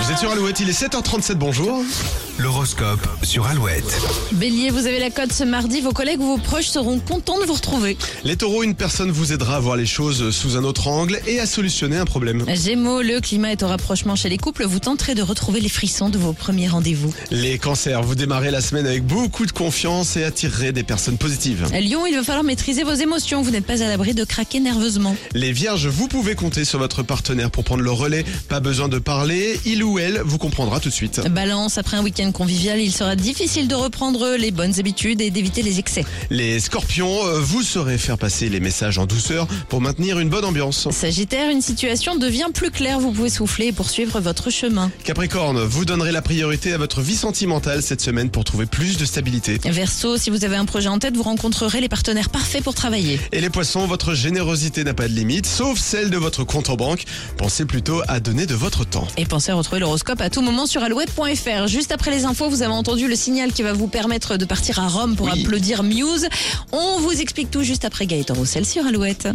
Vous êtes sur Alouette, il est 7h37, bonjour. L'horoscope sur Alouette. Bélier, vous avez la cote ce mardi, vos collègues ou vos proches seront contents de vous retrouver. Les taureaux, une personne vous aidera à voir les choses sous un autre angle et à solutionner un problème. Gémeaux, le climat est au rapprochement chez les couples, vous tenterez de retrouver les frissons de vos premiers rendez-vous. Les cancers, vous démarrez la semaine avec beaucoup de confiance et attirerez des personnes positives. Lyon, il va falloir maîtriser vos émotions, vous n'êtes pas à l'abri de craquer nerveusement. Les vierges, vous pouvez compter sur votre partenaire pour prendre le relais. Pas besoin de parler, il ou elle vous comprendra tout de suite. Balance, après un week-end convivial, il sera difficile de reprendre les bonnes habitudes et d'éviter les excès. Les scorpions, euh, vous saurez faire passer les messages en douceur pour maintenir une bonne ambiance. Sagittaire, une situation devient plus claire, vous pouvez souffler et poursuivre votre chemin. Capricorne, vous donnerez la priorité à votre vie sentimentale cette semaine pour trouver plus de stabilité. Verseau, si vous avez un projet en tête, vous rencontrerez les partenaires parfaits pour travailler. Et les poissons, votre générosité n'a pas de limite, sauf celle de votre compte en banque. Pensez plutôt à donner de votre temps. Et pensez à retrouver l'horoscope à tout moment sur alouette.fr. Juste après les infos, vous avez entendu le signal qui va vous permettre de partir à Rome pour Oui. applaudir Muse. On vous explique tout juste après Gaëtan Roussel sur Alouette.